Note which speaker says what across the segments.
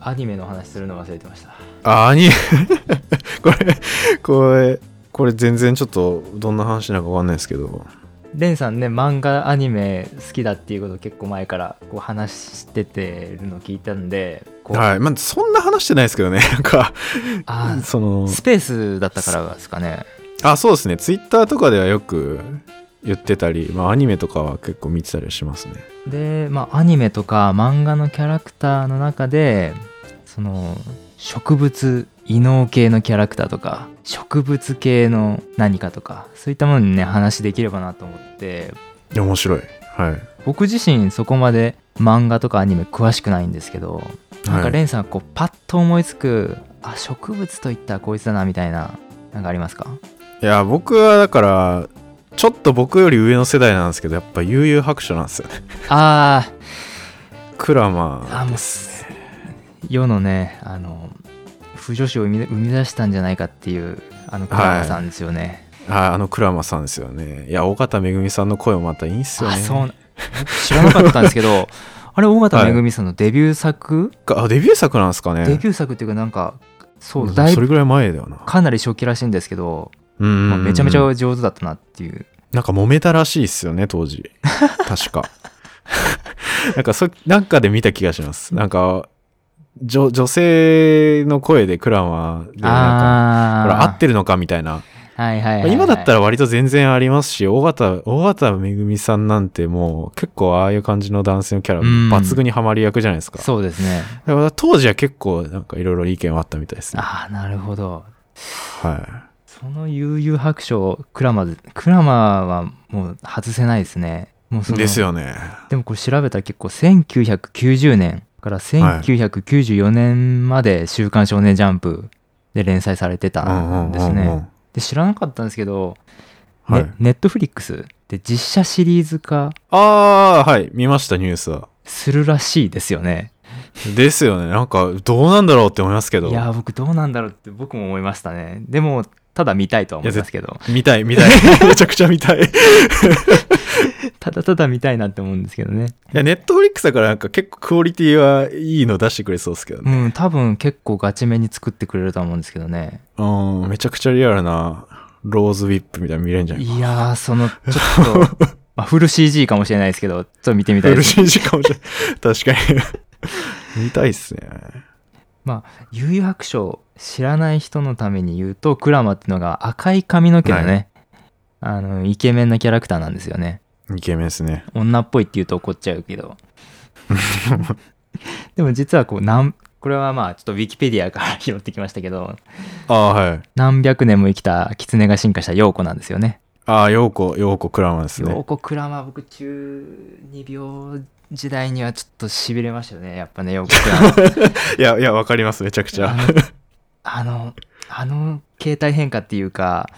Speaker 1: アニメの話するの忘れてました
Speaker 2: あアニメこれこれこれ全然ちょっとどんな話なのかわかんないですけど
Speaker 1: レンさんね漫画アニメ好きだっていうことを結構前からこう話しててるのを聞いたんでこう、
Speaker 2: はいまあそんな話してないですけどねなんか
Speaker 1: あー
Speaker 2: その
Speaker 1: スペースだったからですかね
Speaker 2: あそうですねツイッターとかではよく言ってたり、まあ、アニメとかは結構見てたりはしますね
Speaker 1: でまあアニメとか漫画のキャラクターの中でその植物異能系のキャラクターとか植物系の何かとかそういったものにね話できればなと思って
Speaker 2: 面白いはい
Speaker 1: 僕自身そこまで漫画とかアニメ詳しくないんですけどなん
Speaker 2: は
Speaker 1: か
Speaker 2: い
Speaker 1: レンさんこうパッと思いつくあ植物といったらこいつだなみたいななんかありますか
Speaker 2: いや僕はだからちょっと僕より上の世代なんですけどやっぱ悠々白書なんですよね
Speaker 1: あー
Speaker 2: クラマ
Speaker 1: あ
Speaker 2: ー
Speaker 1: もうす世のねあの不女子を生み生み出したんじゃないかっていうあのクラマさんですよね、
Speaker 2: ああのクラマさんですよねいや尾形めぐみさんの声もまたいいんすよね
Speaker 1: あそうな僕知らなかったんですけ どあれ尾形めぐみさんのデビュー作、
Speaker 2: かあデビュー作なんですかね
Speaker 1: デビュー作っていうかなんかそう、
Speaker 2: うん
Speaker 1: だい
Speaker 2: それ
Speaker 1: ぶ
Speaker 2: ぐらい前だよな
Speaker 1: かなり初期らしいんですけど、
Speaker 2: うんうんうん
Speaker 1: まあ、めちゃめちゃ上手だったなっていう
Speaker 2: なんか揉めたらしいっすよね、当時。 確か。 なんかそ、なんかで見た気がします。なんか、女、女性の声でクラマーで、なんか、
Speaker 1: あ
Speaker 2: ほら、合っ
Speaker 1: る
Speaker 2: てるのかみたいな。
Speaker 1: はいはいはい、
Speaker 2: まあ
Speaker 1: はい、
Speaker 2: 今だったら割と全然ありますし、大型、大型めぐみさんなんてもう結構ああいう感じの男性のキャラ、
Speaker 1: うん
Speaker 2: 抜群にはまり役じゃないですか。
Speaker 1: そうですね
Speaker 2: だから当時は結構なんかいろいろ意見はあったみたいですね。
Speaker 1: ああなるほど
Speaker 2: は
Speaker 1: その悠々白書クラマでクラマはもう外せないですねもうそ
Speaker 2: い。
Speaker 1: の
Speaker 2: ですよね。
Speaker 1: でもこれ調べたら結構1990年から1994年まで「週刊少年ジャンプ」で連載されてたんです
Speaker 2: うんうんうんう
Speaker 1: ね
Speaker 2: ん。
Speaker 1: で知らなかったんですけど、
Speaker 2: は
Speaker 1: ね
Speaker 2: い。
Speaker 1: ネットフリックスで実写シリーズ化
Speaker 2: ああ、はい。見ました、ニュースは。
Speaker 1: するらしいですよね。
Speaker 2: ですよね。なんか、どうなんだろうって思いますけど。
Speaker 1: いやー僕どうなんだろうって僕も思いましたね。でもただ見たいとは思いますけど
Speaker 2: 見たい、見たい。 めちゃくちゃ見たい。い
Speaker 1: ただただ見たいなって思うんですけどね。
Speaker 2: や、ネットフリックスだからなんか結構クオリティはいいの出してくれそうですけど
Speaker 1: う
Speaker 2: ね。
Speaker 1: ん多分結構ガチめに作ってくれると思うんですけどね。
Speaker 2: うん、めちゃくちゃリアルな、ローズウィップみたいなの見れんじゃないか
Speaker 1: いやー、その、ちょっと、まあ、フル CG かもしれないですけど、ちょっと見てみたい
Speaker 2: な。
Speaker 1: で
Speaker 2: 嬉
Speaker 1: す。
Speaker 2: しい時間もしれない。確か に。見たいっすね。
Speaker 1: 悠々白書、知らない人のために言うと、クラマってのが赤い髪の毛のね、あの、イケメンなキャラクターなんですよね。
Speaker 2: イケメンですね。
Speaker 1: 女っぽいって言うと怒っちゃうけど。でも実はこう、なん、これはまあ、ちょっとウィキペディアから拾ってきましたけど、
Speaker 2: ああ、はい。
Speaker 1: 何百年も生きた狐が進化した陽子なんですよね。
Speaker 2: ああ、ようこ、ようこクラマです
Speaker 1: 陽
Speaker 2: ね。
Speaker 1: 子クラマ僕中二病時代にはちょっとしびれましたよねやっぱね陽子クラマ
Speaker 2: いや、いや、わかります。めちゃくち ゃ。
Speaker 1: あのあの携帯変化っていうか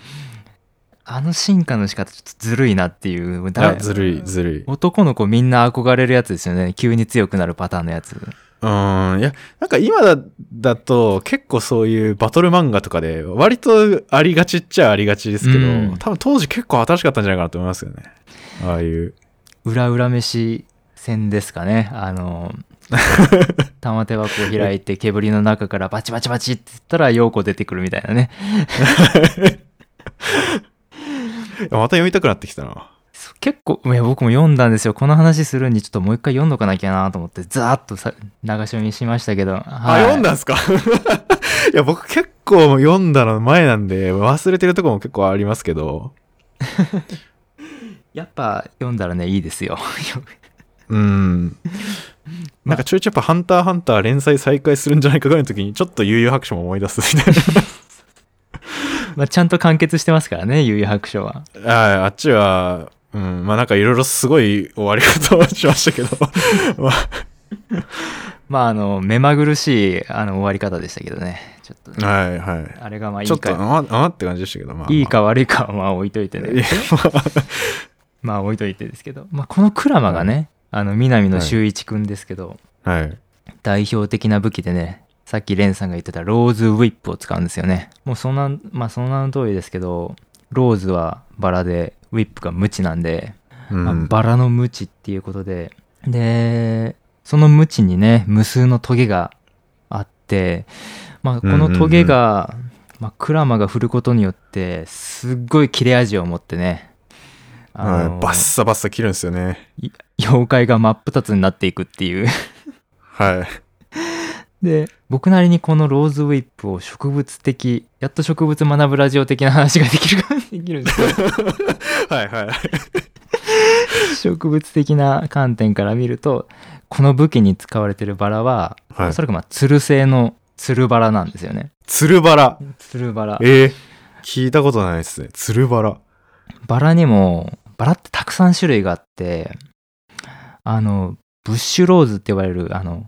Speaker 1: あの進化の仕方ちょっとずるいなっていう
Speaker 2: い
Speaker 1: だ
Speaker 2: やずるい、ずるい。
Speaker 1: 男の子みんな憧れるやつですよね急に強くなるパターンのやつ
Speaker 2: うーん、いや、なんか今だだと結構そういうバトル漫画とかで割とありがちっちゃありがちですけど、
Speaker 1: うん
Speaker 2: 多分当時結構新しかったんじゃないかなと思いますよね。ああいう。
Speaker 1: 裏裏飯戦ですかねあ の玉手箱開いて煙の中からバチバチバチって言ったら陽子出てくるみたいなね
Speaker 2: いやまた読みたくなってきたな。
Speaker 1: そう結構いや僕も読んだんですよこの話するにちょっともう一回読んどかなきゃなと思ってザーッとさ流し読みしましたけど、はい
Speaker 2: あ、読んだんすか いや、僕結構読んだの前なんで忘れてるとこも結構ありますけど、
Speaker 1: やっぱ読んだらねいいですよ
Speaker 2: うん。なんかちょいちょいやっぱハンターハンター連載再開するんじゃないかぐらいの時にちょっと悠々白書も思い出すみたいな。
Speaker 1: まあちゃんと完結してますからね悠々白書は
Speaker 2: はい、あっちは、うん、まあなんかいろいろすごい終わり方をしました けど、ま
Speaker 1: まああの目まぐるしいあの終わり方でしたけどねちょっとね
Speaker 2: あ、はいはい。
Speaker 1: あれがまあい
Speaker 2: ちょ
Speaker 1: い
Speaker 2: っと、
Speaker 1: か
Speaker 2: あああって感じでしたけど、まあ、まあ
Speaker 1: いいか悪いかはまあ置いといて
Speaker 2: い
Speaker 1: ね
Speaker 2: やまあ
Speaker 1: まあ置いといてですけど、まあ、このクラマがね、あの南野修一くんですけど、
Speaker 2: はい。
Speaker 1: 代表的な武器でねさっきレンさんが言ってたローズウィップを使うんですよねもうそんなまあその名の通りですけどローズはバラでウィップがムチなんで、
Speaker 2: う
Speaker 1: まあ
Speaker 2: ん、
Speaker 1: バラのムチっていうことででそのムチにね無数のトゲがあって、まあ、このトゲが、まあ、クラマが振ることによってすっごい切れ味を持ってねあ
Speaker 2: は
Speaker 1: の
Speaker 2: いバッサバッサ切るんですよね。
Speaker 1: 妖怪が真っ二つになっていくっていう
Speaker 2: はい。
Speaker 1: で僕なりにこのローズウィップを植物的やっと植物学ぶラジオ的な話ができるか できるんですよ
Speaker 2: はいはい。
Speaker 1: 植物的な観点から見るとこの武器に使われてるバラは、
Speaker 2: は
Speaker 1: お
Speaker 2: い
Speaker 1: そ。らくまあつる製のつるバラなんですよね
Speaker 2: つるバラ。
Speaker 1: つるバラ
Speaker 2: えー、聞いたことないですね。つるバラ。
Speaker 1: バラにもバラってたくさん種類があってあのブッシュローズって呼ばれるあの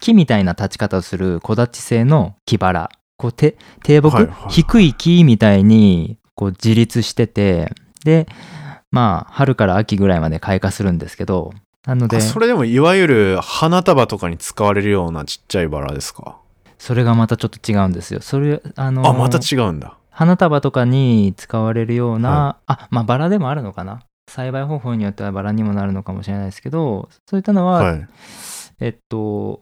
Speaker 1: 木みたいな立ち方をする木立製の木バラこうて低木、
Speaker 2: はいはい
Speaker 1: 低い木みたいにこう自立しててでまあ春から秋ぐらいまで開花するんですけどなので
Speaker 2: あそれでもいわゆる花束とかに使われるようなちっちゃいバラですか。
Speaker 1: それがまたちょっと違うんですよそれあの
Speaker 2: あ、また違うんだ。
Speaker 1: 花束とかに使われるような、あまあバラでもあるのかな栽培方法によってはバラにもなるのかもしれないですけどそういったのは、
Speaker 2: はい。
Speaker 1: えっと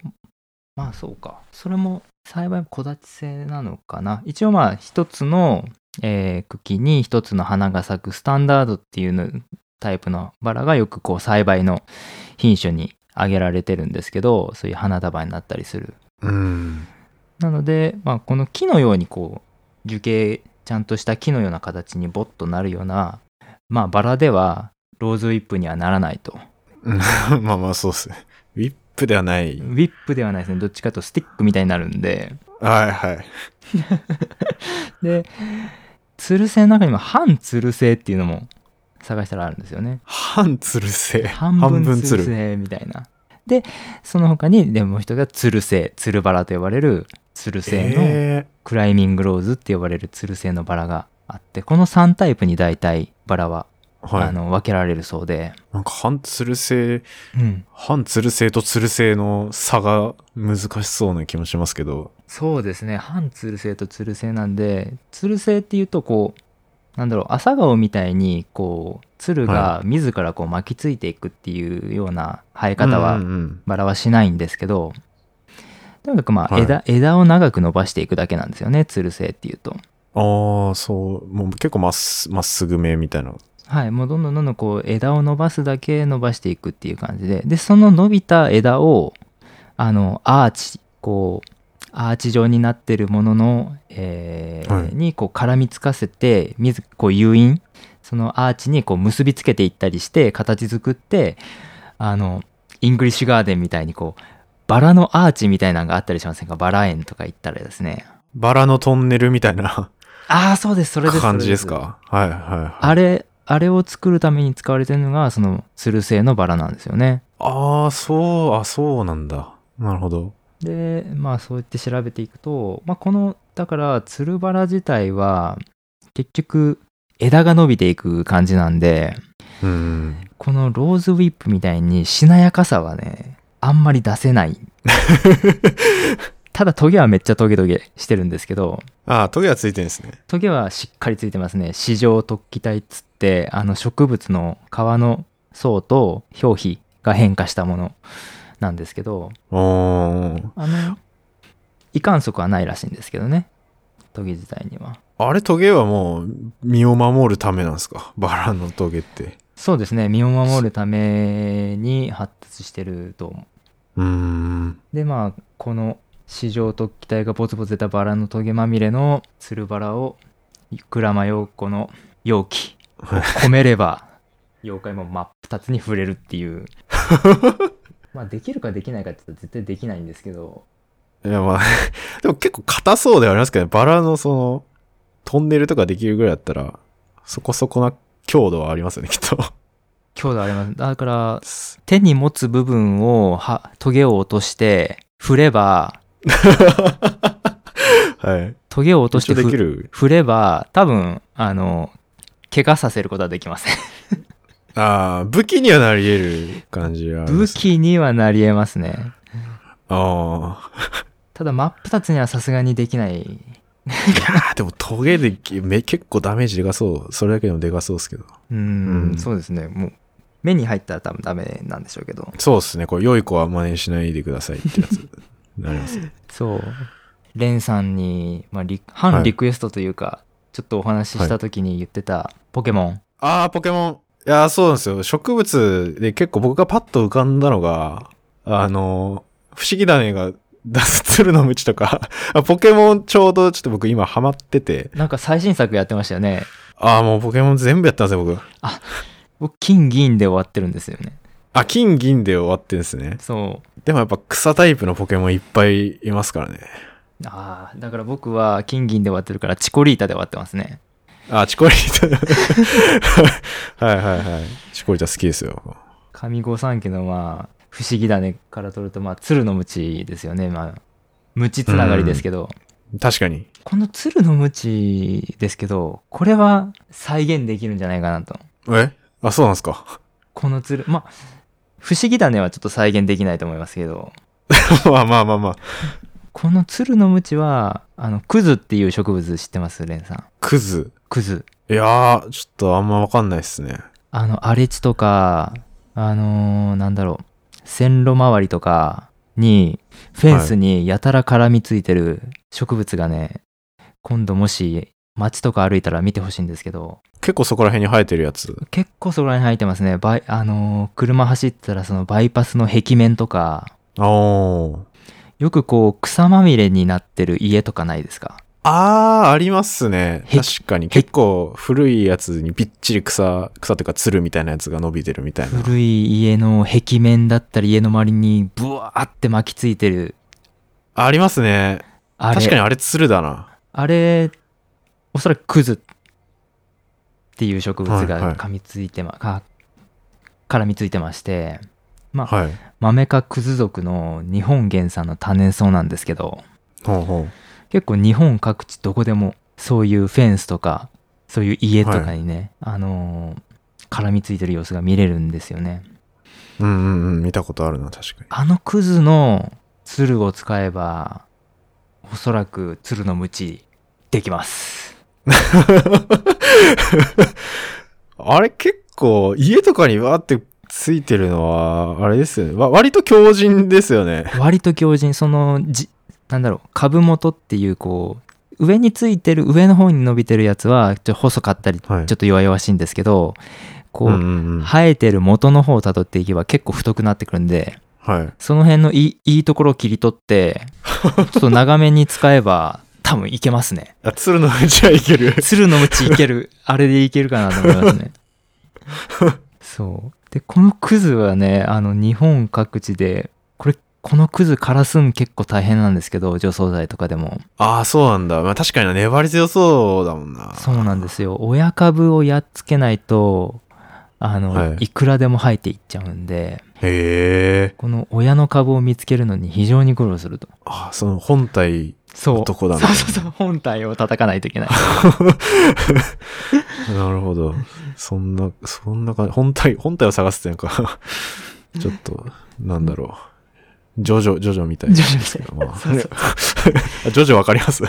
Speaker 1: まあそうかそれも栽培木立性なのかな一応まあ一つの、えー茎に一つの花が咲くスタンダードっていうのタイプのバラがよくこう栽培の品種に挙げられてるんですけどそういう花束になったりする
Speaker 2: うん。
Speaker 1: なので、まあ、この木のようにこう樹形ちゃんとした木のような形にボッとなるような、まあ、バラではローズウィップにはならないと
Speaker 2: うんまあまあそうですね。ウィップではない。
Speaker 1: ウィップではないですねどっちかというとスティックみたいになるんで
Speaker 2: はいはい。
Speaker 1: でつる性の中にも半つる性っていうのも探したらあるんですよね
Speaker 2: 半つる性。
Speaker 1: 半分つる。性みたいなでその他にでもう一つがつる性つるバラと呼ばれるつる性の、
Speaker 2: え
Speaker 1: クライミングローズって呼ばれるつる性のバラがあってこの3タイプに大体バラは、
Speaker 2: ー、は
Speaker 1: あ
Speaker 2: い。
Speaker 1: の分けられるそうで、
Speaker 2: なんか半つる性、半つる性とつる性の差が難しそうな気もしますけど。
Speaker 1: そうですね半つる性とつる性なんでつる性っていうとこうなんだろう朝顔みたいにこうつるが自らこう巻きついていくっていうような生え方
Speaker 2: うん
Speaker 1: は
Speaker 2: うんうん
Speaker 1: バラはしないんですけどとにかくまあ
Speaker 2: はい
Speaker 1: 枝,、枝を長く伸ばしていくだけなんですよねつる性っていうと。
Speaker 2: ああ、そう。もう結構まっすまっすぐめみたいな。
Speaker 1: はい、もうどんどんどんどんこう枝を伸ばすだけ伸ばしていくっていう感じででその伸びた枝をあのアーチこうアーチ状になってるものの、えー
Speaker 2: はい
Speaker 1: にこう絡みつかせてみずこう誘引そのアーチにこう結びつけていったりして形作ってあのイングリッシュガーデンみたいにこうバラのアーチみたいなのがあったりしませんかバラ園とか行ったらですね
Speaker 2: バラのトンネルみたいな
Speaker 1: ああそうですそれです
Speaker 2: 感じ
Speaker 1: それ
Speaker 2: ですか。はいはいはい。
Speaker 1: あれ、あれを作るために使われてるのが、その、つる製のバラなんですよね。
Speaker 2: ああ、そう、あ、そうなんだ。なるほど。
Speaker 1: で、まあ、そうやって調べていくと、まあ、この、だから、つるバラ自体は、結局、枝が伸びていく感じなんで、
Speaker 2: うん。
Speaker 1: このローズウィップみたいにしなやかさはね、あんまり出せない。ただ、トゲはめっちゃトゲトゲしてるんですけど、
Speaker 2: ああ、トゲがついてるんですね。
Speaker 1: トゲはしっかりついてますね糸状突起体っつってあの植物の皮の層と表皮が変化したものなんですけど
Speaker 2: おー
Speaker 1: あの胃管束はないらしいんですけどねトゲ自体には
Speaker 2: あれ、トゲはもう、身を守るためなんですかバラのトゲって。
Speaker 1: そうですね身を守るために発達してると思
Speaker 2: うーん。
Speaker 1: うでまあこの糸状突起体がボツボツ出たバラのトゲまみれのつるバラを鞍馬陽子の容 器を込めれば妖怪も真っ二つに触れるっていう まあできるかできないかって言ったら絶対できないんですけど
Speaker 2: いや、まあ、 でも結構硬そうではありますけどね、バラのその、トンネルとかできるぐらいだったら、そこそこな強度はありますよね、きっと。
Speaker 1: 強度ありますだから手に持つ部分をはトゲを落として振れば
Speaker 2: はい。
Speaker 1: トゲを落とし
Speaker 2: 一
Speaker 1: て
Speaker 2: 応でき
Speaker 1: 振
Speaker 2: る。
Speaker 1: 振れば多分あの怪我させることはできません
Speaker 2: ああ、武器にはなり得る感じはありま
Speaker 1: 武
Speaker 2: す。
Speaker 1: 器にはなり得ますね
Speaker 2: あ
Speaker 1: ただ真っ二つにはさすがにできない
Speaker 2: あ。でもトゲでめ結構ダメージでかそう。それだけでもでかそうですけど。
Speaker 1: うん
Speaker 2: うん
Speaker 1: そうですねもう目に入ったら多分ダメなんでしょうけど
Speaker 2: そうですね。これ、良い子は真似しないでくださいってやつ になりますね。
Speaker 1: そうレンさんに、まあ、リ反リクエストというか、ちょっとお話しした時に言ってたポケモン
Speaker 2: あー、ポケモン。いやー、そうなんですよ。植物で結構僕がパッと浮かんだのが、あのー、不思議だねが、脱鶴の道とか、あポケモンちょうどちょっと僕今ハマってて、
Speaker 1: なんか最新作やってましたよね
Speaker 2: ああ、もうポケモン全部やったんですよ、僕。
Speaker 1: 僕金銀で終わってるんですよね
Speaker 2: あ、金銀で終わってんですね。
Speaker 1: そう
Speaker 2: でもやっぱ草タイプのポケモンいっぱいいますからね。
Speaker 1: ああだから僕は金銀で終わってるからチコリータで終わってますね
Speaker 2: あ、チコリータ。 はいはいはい。チコリータ好きですよ。
Speaker 1: 上五三家のまあ不思議だねから取るとまあ鶴の鞭ですよねまあ鞭つながりですけど、
Speaker 2: 確かに。
Speaker 1: この鶴の鞭ですけどこれは再現できるんじゃないかなと
Speaker 2: えあ、そうなんですか。
Speaker 1: この鶴まあ不思議だねはちょっと再現できないと思いますけど
Speaker 2: まあまあまあまあ。
Speaker 1: この鶴の鞭はあのクズっていう植物知ってますレンさん
Speaker 2: クズ。
Speaker 1: クズ
Speaker 2: いやー、ちょっとあんまわかんないっすね。
Speaker 1: あの荒れ地とかあのーなんだろう線路周りとかにフェンスにやたら絡みついてる植物がね、今度もし街とか歩いたら見てほしいんですけど
Speaker 2: 結構そこら辺に生えてるやつ。
Speaker 1: 結構そこら辺入ってますねバイ、あのー車走ってたらそのバイパスの壁面とか
Speaker 2: あー。
Speaker 1: よくこう草まみれになってる家とかないですか
Speaker 2: あー、ありますね。
Speaker 1: へ
Speaker 2: 確かに。結構古いやつにびっちり草、草というかつるみたいなやつが伸びてるみたいな。
Speaker 1: 古い家の壁面だったり家の周りにブワーって巻きついてる
Speaker 2: ありますね。
Speaker 1: あれ
Speaker 2: 確かにあれつるだな。
Speaker 1: あれ、おそらくクズっていう植物
Speaker 2: はいは
Speaker 1: が
Speaker 2: い
Speaker 1: 噛みついてま、か絡みついてまして、あ
Speaker 2: はい。
Speaker 1: マメ科クズ属の日本原産の多年草なんですけど、
Speaker 2: ほうほ
Speaker 1: 結構日本各地どこでもそういうフェンスとか、そういう家とかにね、あのー絡みついてる様子が見れるんですよね。
Speaker 2: う。うんうんうん。見たことあるな、確かに。
Speaker 1: あのクズの鶴を使えば、おそらく鶴の鞭できます。
Speaker 2: あれ結構、家とかにわーってついてるのは、あれですよね。わ割と強靭ですよね。
Speaker 1: 割と強靭そのじなんだろう株元っていうこう上についてる上の方に伸びてるやつはちょっと細かったりちょ
Speaker 2: はい
Speaker 1: っと弱々しいんですけど、こう、
Speaker 2: うんうんうん。
Speaker 1: 生えてる元の方をたどっていけば結構太くなってくるんで
Speaker 2: はい。
Speaker 1: その辺のいいいいところを切り取ってちょっと長めに使えば多分いけますね
Speaker 2: あ、つるのうちはいける。
Speaker 1: 鶴の鞭いけるあれでいけるかなと思いますねそうでこのクズはねあの日本各地でこれこのクズからすん結構大変なんですけど除草剤とかでも
Speaker 2: ああ、そうなんだ。まあ確かに粘り強そうだもんな。
Speaker 1: そうなんですよ親株をやっつけないとあの、
Speaker 2: はい
Speaker 1: い、くらでも生えていっちゃうんで
Speaker 2: へえ。
Speaker 1: この親の株を見つけるのに非常に苦労すると
Speaker 2: あーその本体、
Speaker 1: そう
Speaker 2: 男だね
Speaker 1: そうそうそう本体を叩かないといけない
Speaker 2: なるほど。そんな、そんな感じ。本体、本体を探すってい うか、ちょっと、なんだろう。ジョジョ、ジョジョみたいな。
Speaker 1: ジョジョみたい
Speaker 2: まあ あジョジョわかります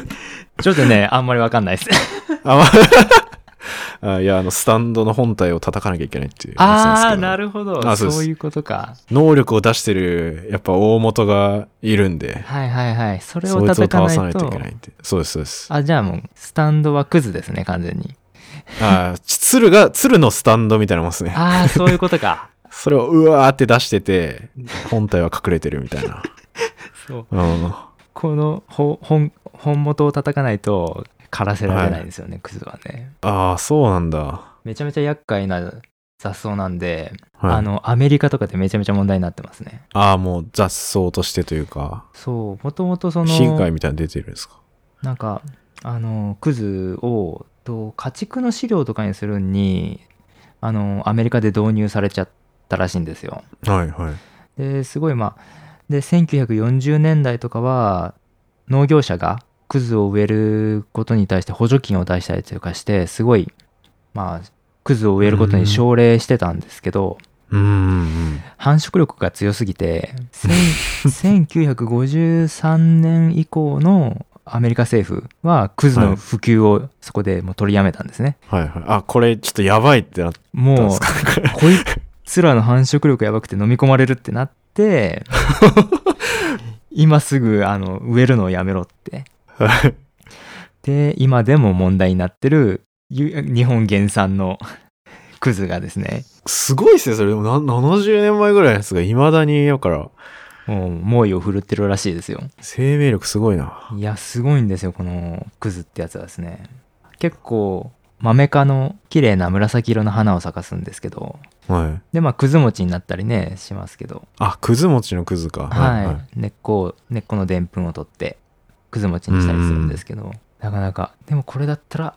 Speaker 1: ちょっとねあんまりわかんないです
Speaker 2: あ、まあ、あいや、あの、スタンドの本体を叩かなきゃいけないっていうや つなんで
Speaker 1: あ
Speaker 2: すけ
Speaker 1: あ
Speaker 2: ど。
Speaker 1: なるほど
Speaker 2: あそう
Speaker 1: そ
Speaker 2: です
Speaker 1: ういうことか
Speaker 2: 能力を出してる、やっぱ大元がいるんで、
Speaker 1: はいはいはいそれ
Speaker 2: そ
Speaker 1: を
Speaker 2: いつを
Speaker 1: 叩か
Speaker 2: 倒
Speaker 1: ない
Speaker 2: さ
Speaker 1: と
Speaker 2: ないといけないって。そうです、そうです。
Speaker 1: あじゃあもうスタンドはクズですね完全 に
Speaker 2: あーつ鶴が、鶴のスタンドみたいなもんですね。
Speaker 1: ああそういうことか
Speaker 2: それをうわーって出してて、本体は隠れてるみた いな。
Speaker 1: そう
Speaker 2: うん。
Speaker 1: このほ本本元を叩かないと枯らせられないんですよね、クズはね
Speaker 2: ああ、そうなんだ。は
Speaker 1: めちゃめちゃ厄介な雑草なんで、
Speaker 2: い、
Speaker 1: あのアメリカとかでめちゃめちゃ問題になってますね
Speaker 2: ああ、もう雑草としてというか、
Speaker 1: そうもともとそ
Speaker 2: 被害
Speaker 1: の
Speaker 2: みたいなの出てるんですか。
Speaker 1: なんかあのクズをと家畜の飼料とかにするのにあのアメリカで導入されちゃったらしいんですよ
Speaker 2: はいはい。
Speaker 1: ですごいまあで1940年代とかは農業者がクズを植えることに対して補助金を出したりとかしてすごいまあクズを植えることに奨励してたんですけど、
Speaker 2: うーん。
Speaker 1: 繁殖力が強すぎて1000 1953年以降のアメリカ政府はクズの普及をそこでもう取りやめたんですね。
Speaker 2: はいはい。あ、これちょっとやばいってなったん
Speaker 1: も
Speaker 2: で
Speaker 1: う
Speaker 2: すか。
Speaker 1: こいつらの繁殖力やばくて飲み込まれるってなって 今すぐあの植えるのをやめろって
Speaker 2: はい
Speaker 1: で今でも問題になってるゆ日本原産の クズがですね
Speaker 2: すごいですね、それ。でもな70年前ぐらいのやつが未だに、だから、
Speaker 1: もう猛威を振るってるらしいですよ
Speaker 2: 生命力すごいな。
Speaker 1: いやすごいんですよこのクズってやつはですね結構マメ科の綺麗な紫色の花を咲かすんですけど
Speaker 2: はい。
Speaker 1: でまあくず餅になったりねしますけど
Speaker 2: あ、くず餅のくずか。
Speaker 1: はい、根っこを根っこのでんぷんを取ってくず餅にしたりするんですけどなかなかでもこれだったら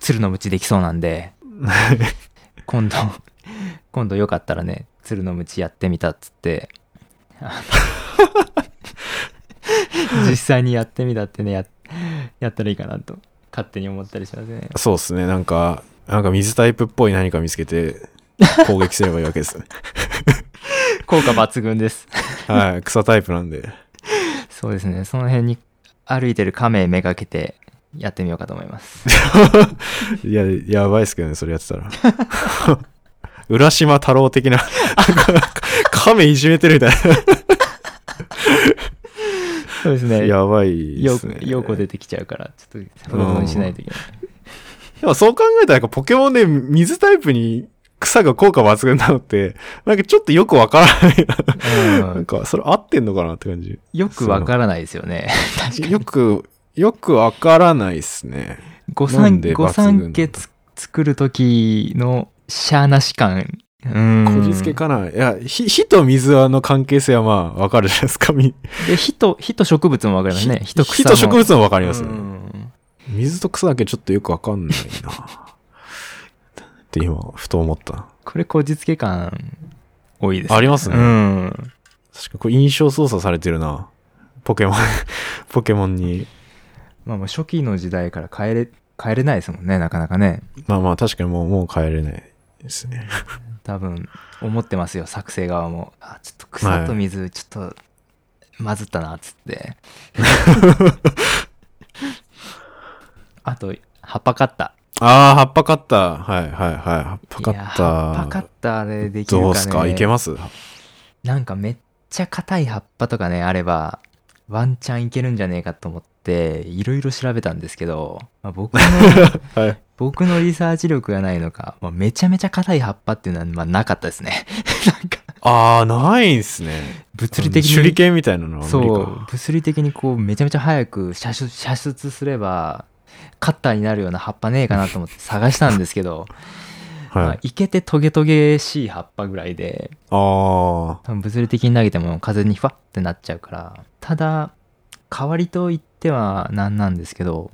Speaker 1: 鶴の餅できそうなん で
Speaker 2: はい。
Speaker 1: 今度今度よかったらね鶴のムチやってみたっつってあ の実際にやってみたってねややったらいいかなと勝手に思ったりしますね
Speaker 2: そうですね。なんか、なんか水タイプっぽい何か見つけて、攻撃すればいいわけで すね。
Speaker 1: 効果抜群です
Speaker 2: はい。草タイプなんで。
Speaker 1: そうですねその辺に歩いてる亀めがけてやってみようかと思います
Speaker 2: いや、やばいっすけどね、それやってたら。 浦島太郎的な、 なんか亀いじめてるみたい
Speaker 1: そうです
Speaker 2: な。
Speaker 1: ね
Speaker 2: やばいで
Speaker 1: よ
Speaker 2: すね。
Speaker 1: ようこ出てきちゃうからちょっと奮闘しないといけない
Speaker 2: でもそう考えたら、ポケモンで水タイプに草が効果抜群なのって、なんかちょっとよくわからないな。
Speaker 1: うん
Speaker 2: なんか、それ合ってんのかなって感じ。
Speaker 1: よくわからないですよね確かに
Speaker 2: よく、よくわからないっすね。
Speaker 1: 五
Speaker 2: なん
Speaker 1: 三
Speaker 2: で
Speaker 1: 五
Speaker 2: 抜群な
Speaker 1: 三
Speaker 2: んだ
Speaker 1: 家つ作る時のシャーなし感うーん
Speaker 2: こじつけかな。いや、火火と水の関係性はまあ、わかるじゃないですか。み
Speaker 1: で火と火と植物もわかりますね
Speaker 2: ひ
Speaker 1: 火と草
Speaker 2: 火
Speaker 1: も
Speaker 2: と植物もわか
Speaker 1: あ
Speaker 2: りますよね。水と草だけちょっとよくわかんないな。って今、ふと思った。
Speaker 1: これこじつけ感多いです
Speaker 2: ありますね
Speaker 1: うん
Speaker 2: 確かこれ印象操作されてるな。ポケモン、 ポケモンに。
Speaker 1: まあもう初期の時代から変えれ変えれないですもんねなかなかね
Speaker 2: まあまあ、確かにもう、もう帰れないですね。
Speaker 1: 多分思ってますよ作成側もあちょっと草と水ちょっと混ずったなっつって、あと葉っぱカッター
Speaker 2: ああ、葉っぱカッター。はいはいはい。葉っぱカ
Speaker 1: いや
Speaker 2: ッタ
Speaker 1: 葉
Speaker 2: ー。
Speaker 1: っぱカッターでできるかね
Speaker 2: どうすかいけます
Speaker 1: なんかめっちゃ硬い葉っぱとかねあればワンチャンいけるんじゃねえかと思っていろいろ調べたんですけど、まあ、僕の
Speaker 2: はい。
Speaker 1: 僕のリサーチ力がないのか、まあ、めちゃめちゃ硬い葉っぱっていうのは、まあ、なかったですねなんか
Speaker 2: ああ、ないんすね。
Speaker 1: 物理的
Speaker 2: 手裏
Speaker 1: に
Speaker 2: 剣みたいなのは無理
Speaker 1: そう
Speaker 2: か。
Speaker 1: 物理的にこうめちゃめちゃ早く射出射出すればカッターになるような葉っぱねえかなと思って探したんですけ ど、ま
Speaker 2: は
Speaker 1: あ
Speaker 2: い。
Speaker 1: いけてトゲトゲしい葉っぱぐらいで
Speaker 2: あ
Speaker 1: 多分物理的に投げても風にファッってなっちゃうからただ代わりと言ってはなんなんですけど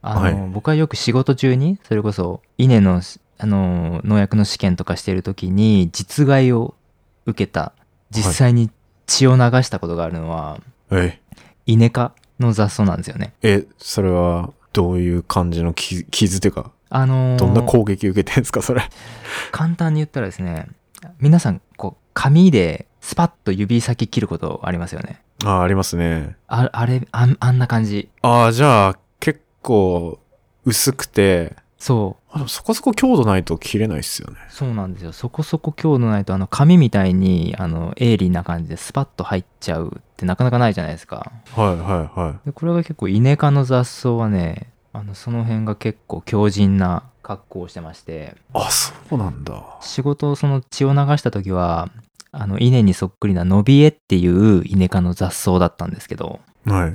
Speaker 1: あの、
Speaker 2: はい
Speaker 1: 僕はよく仕事中にそれこそ稲のあの農薬の試験とかしてる時に実害を受けた実際に血を流したことがあるのは、
Speaker 2: あ。え、
Speaker 1: 稲科の雑草なんですよね。
Speaker 2: え、それは、どういう感じの傷傷というか、
Speaker 1: あのー
Speaker 2: どんな攻撃受けてるんですか、それ。
Speaker 1: 簡単に言ったらですね皆さんこう紙でスパッと指先切ることありますよね。
Speaker 2: ああ、ありますね。
Speaker 1: ああれあんあんな感じ
Speaker 2: ああ、じゃあ、結構、薄くて、
Speaker 1: そう
Speaker 2: あでもそこそこ強度ないと切れないっすよね。
Speaker 1: そうなんですよそこそこ強度ないとあの紙みたいにあの鋭利な感じでスパッと入っちゃうってなかなかないじゃないですか
Speaker 2: はいはいは
Speaker 1: でこれが結構イネ科の雑草はねあのその辺が結構強靭な格好をしてまして
Speaker 2: い。あ、そうなんだ。
Speaker 1: 仕事をその血を流した時はあの稲にそっくりなノビエっていうイネ科の雑草だったんですけど
Speaker 2: はい。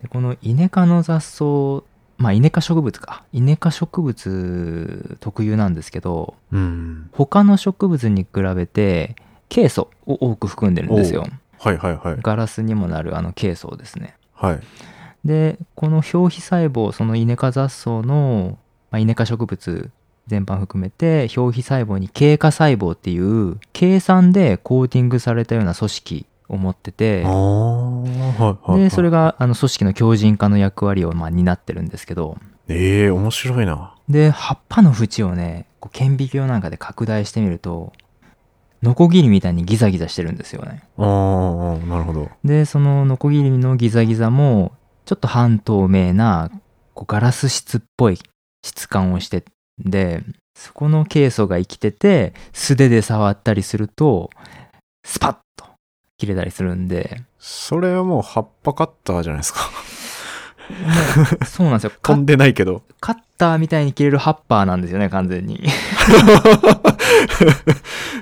Speaker 1: でこのイネ科の雑草まあイネ科植物かイネ科植物特有なんですけど
Speaker 2: うん。
Speaker 1: 他の植物に比べてケイ素を多く含んでるんですよ
Speaker 2: はいはいはい。
Speaker 1: ガラスにもなるあのケイ素をですね
Speaker 2: はい。
Speaker 1: でこの表皮細胞そのイネ科雑草の、まあ、イネ科植物全般含めて表皮細胞に経過細胞っていう計算でコーティングされたような組織を持ってて
Speaker 2: ああ、はいはい。
Speaker 1: でそれ
Speaker 2: が。
Speaker 1: があの組織の強靭化の役割をまあ担ってるんですけど
Speaker 2: ええ面白いな。
Speaker 1: で葉っぱの縁をねこう顕微鏡なんかで拡大してみるとノコギリみたいにギザギザしてるんですよね
Speaker 2: ああ、なるほど。
Speaker 1: でそのノコギリのギザギザもちょっと半透明なこうガラス質っぽい質感をしてでそこのケイ素が生きてて素手で触ったりするとスパッと切れたりするんで
Speaker 2: それはもう葉っぱカッターじゃないですか。
Speaker 1: そうなんです よカ
Speaker 2: 飛んでない けど。
Speaker 1: カッターみたいに切れる葉っぱなんですよね完全に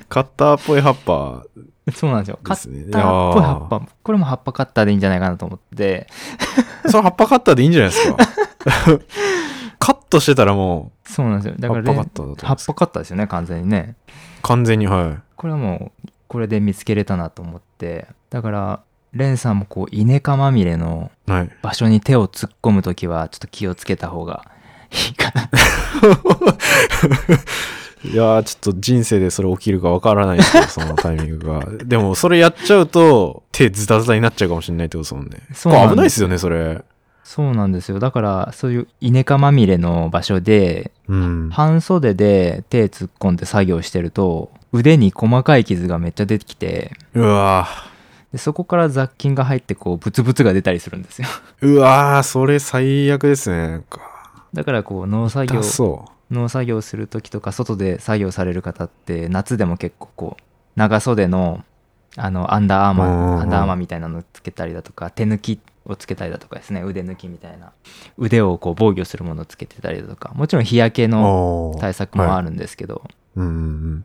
Speaker 2: カッターっぽい葉っぱ
Speaker 1: そうなんですよカ
Speaker 2: で
Speaker 1: ッ
Speaker 2: すね。
Speaker 1: ターっぽい葉っ
Speaker 2: い
Speaker 1: ぱこれも葉っぱカッターでいいんじゃないかなと思って
Speaker 2: やーそれ葉っぱカッターでいいんじゃない ですか。カットしてたらも
Speaker 1: そうなんですよ
Speaker 2: う
Speaker 1: だ
Speaker 2: 葉
Speaker 1: か
Speaker 2: っ
Speaker 1: らレ
Speaker 2: ぱカ
Speaker 1: 葉
Speaker 2: ッターだと思うん
Speaker 1: っ
Speaker 2: です
Speaker 1: ぱカッターですよね完全にね
Speaker 2: 完全には
Speaker 1: これはもうこれで見つけれたなと思ってだからレンさんもこうイネ科まみれの
Speaker 2: い。はい。
Speaker 1: 場所に手を突っ込む時はちょっと気をつけた方がいいか な
Speaker 2: いやーちょっと人生でそれ起きるかわからないですけど、 そのタイミングが。でもそれやっちゃうと手ズタズタになっちゃうかもしれないってことですもんね。
Speaker 1: そうなんです
Speaker 2: 危ないですよね、それ。
Speaker 1: そうなんですよだからそういうイネ科まみれの場所で
Speaker 2: うん。
Speaker 1: 半袖で手突っ込んで作業してると腕に細かい傷がめっちゃ出てきて
Speaker 2: うわー
Speaker 1: でそこから雑菌が入ってこうブツブツが出たりするんですよ
Speaker 2: うわーそれ最悪ですね。なんか。
Speaker 1: だからこう農作業
Speaker 2: 痛そ
Speaker 1: 農作業する時とか外で作業される方って夏でも結構こう長袖のあのアンダーアーマ
Speaker 2: うんうんうん
Speaker 1: ーアンダーアーマーみたいなのつけたりだとか手抜きをつけたりだとかですね腕抜きみたいな腕をこう防御するものをつけてたりだとかもちろん日焼け
Speaker 2: う。
Speaker 1: の
Speaker 2: おー
Speaker 1: 対策もあるんですけど、
Speaker 2: うんうんうん。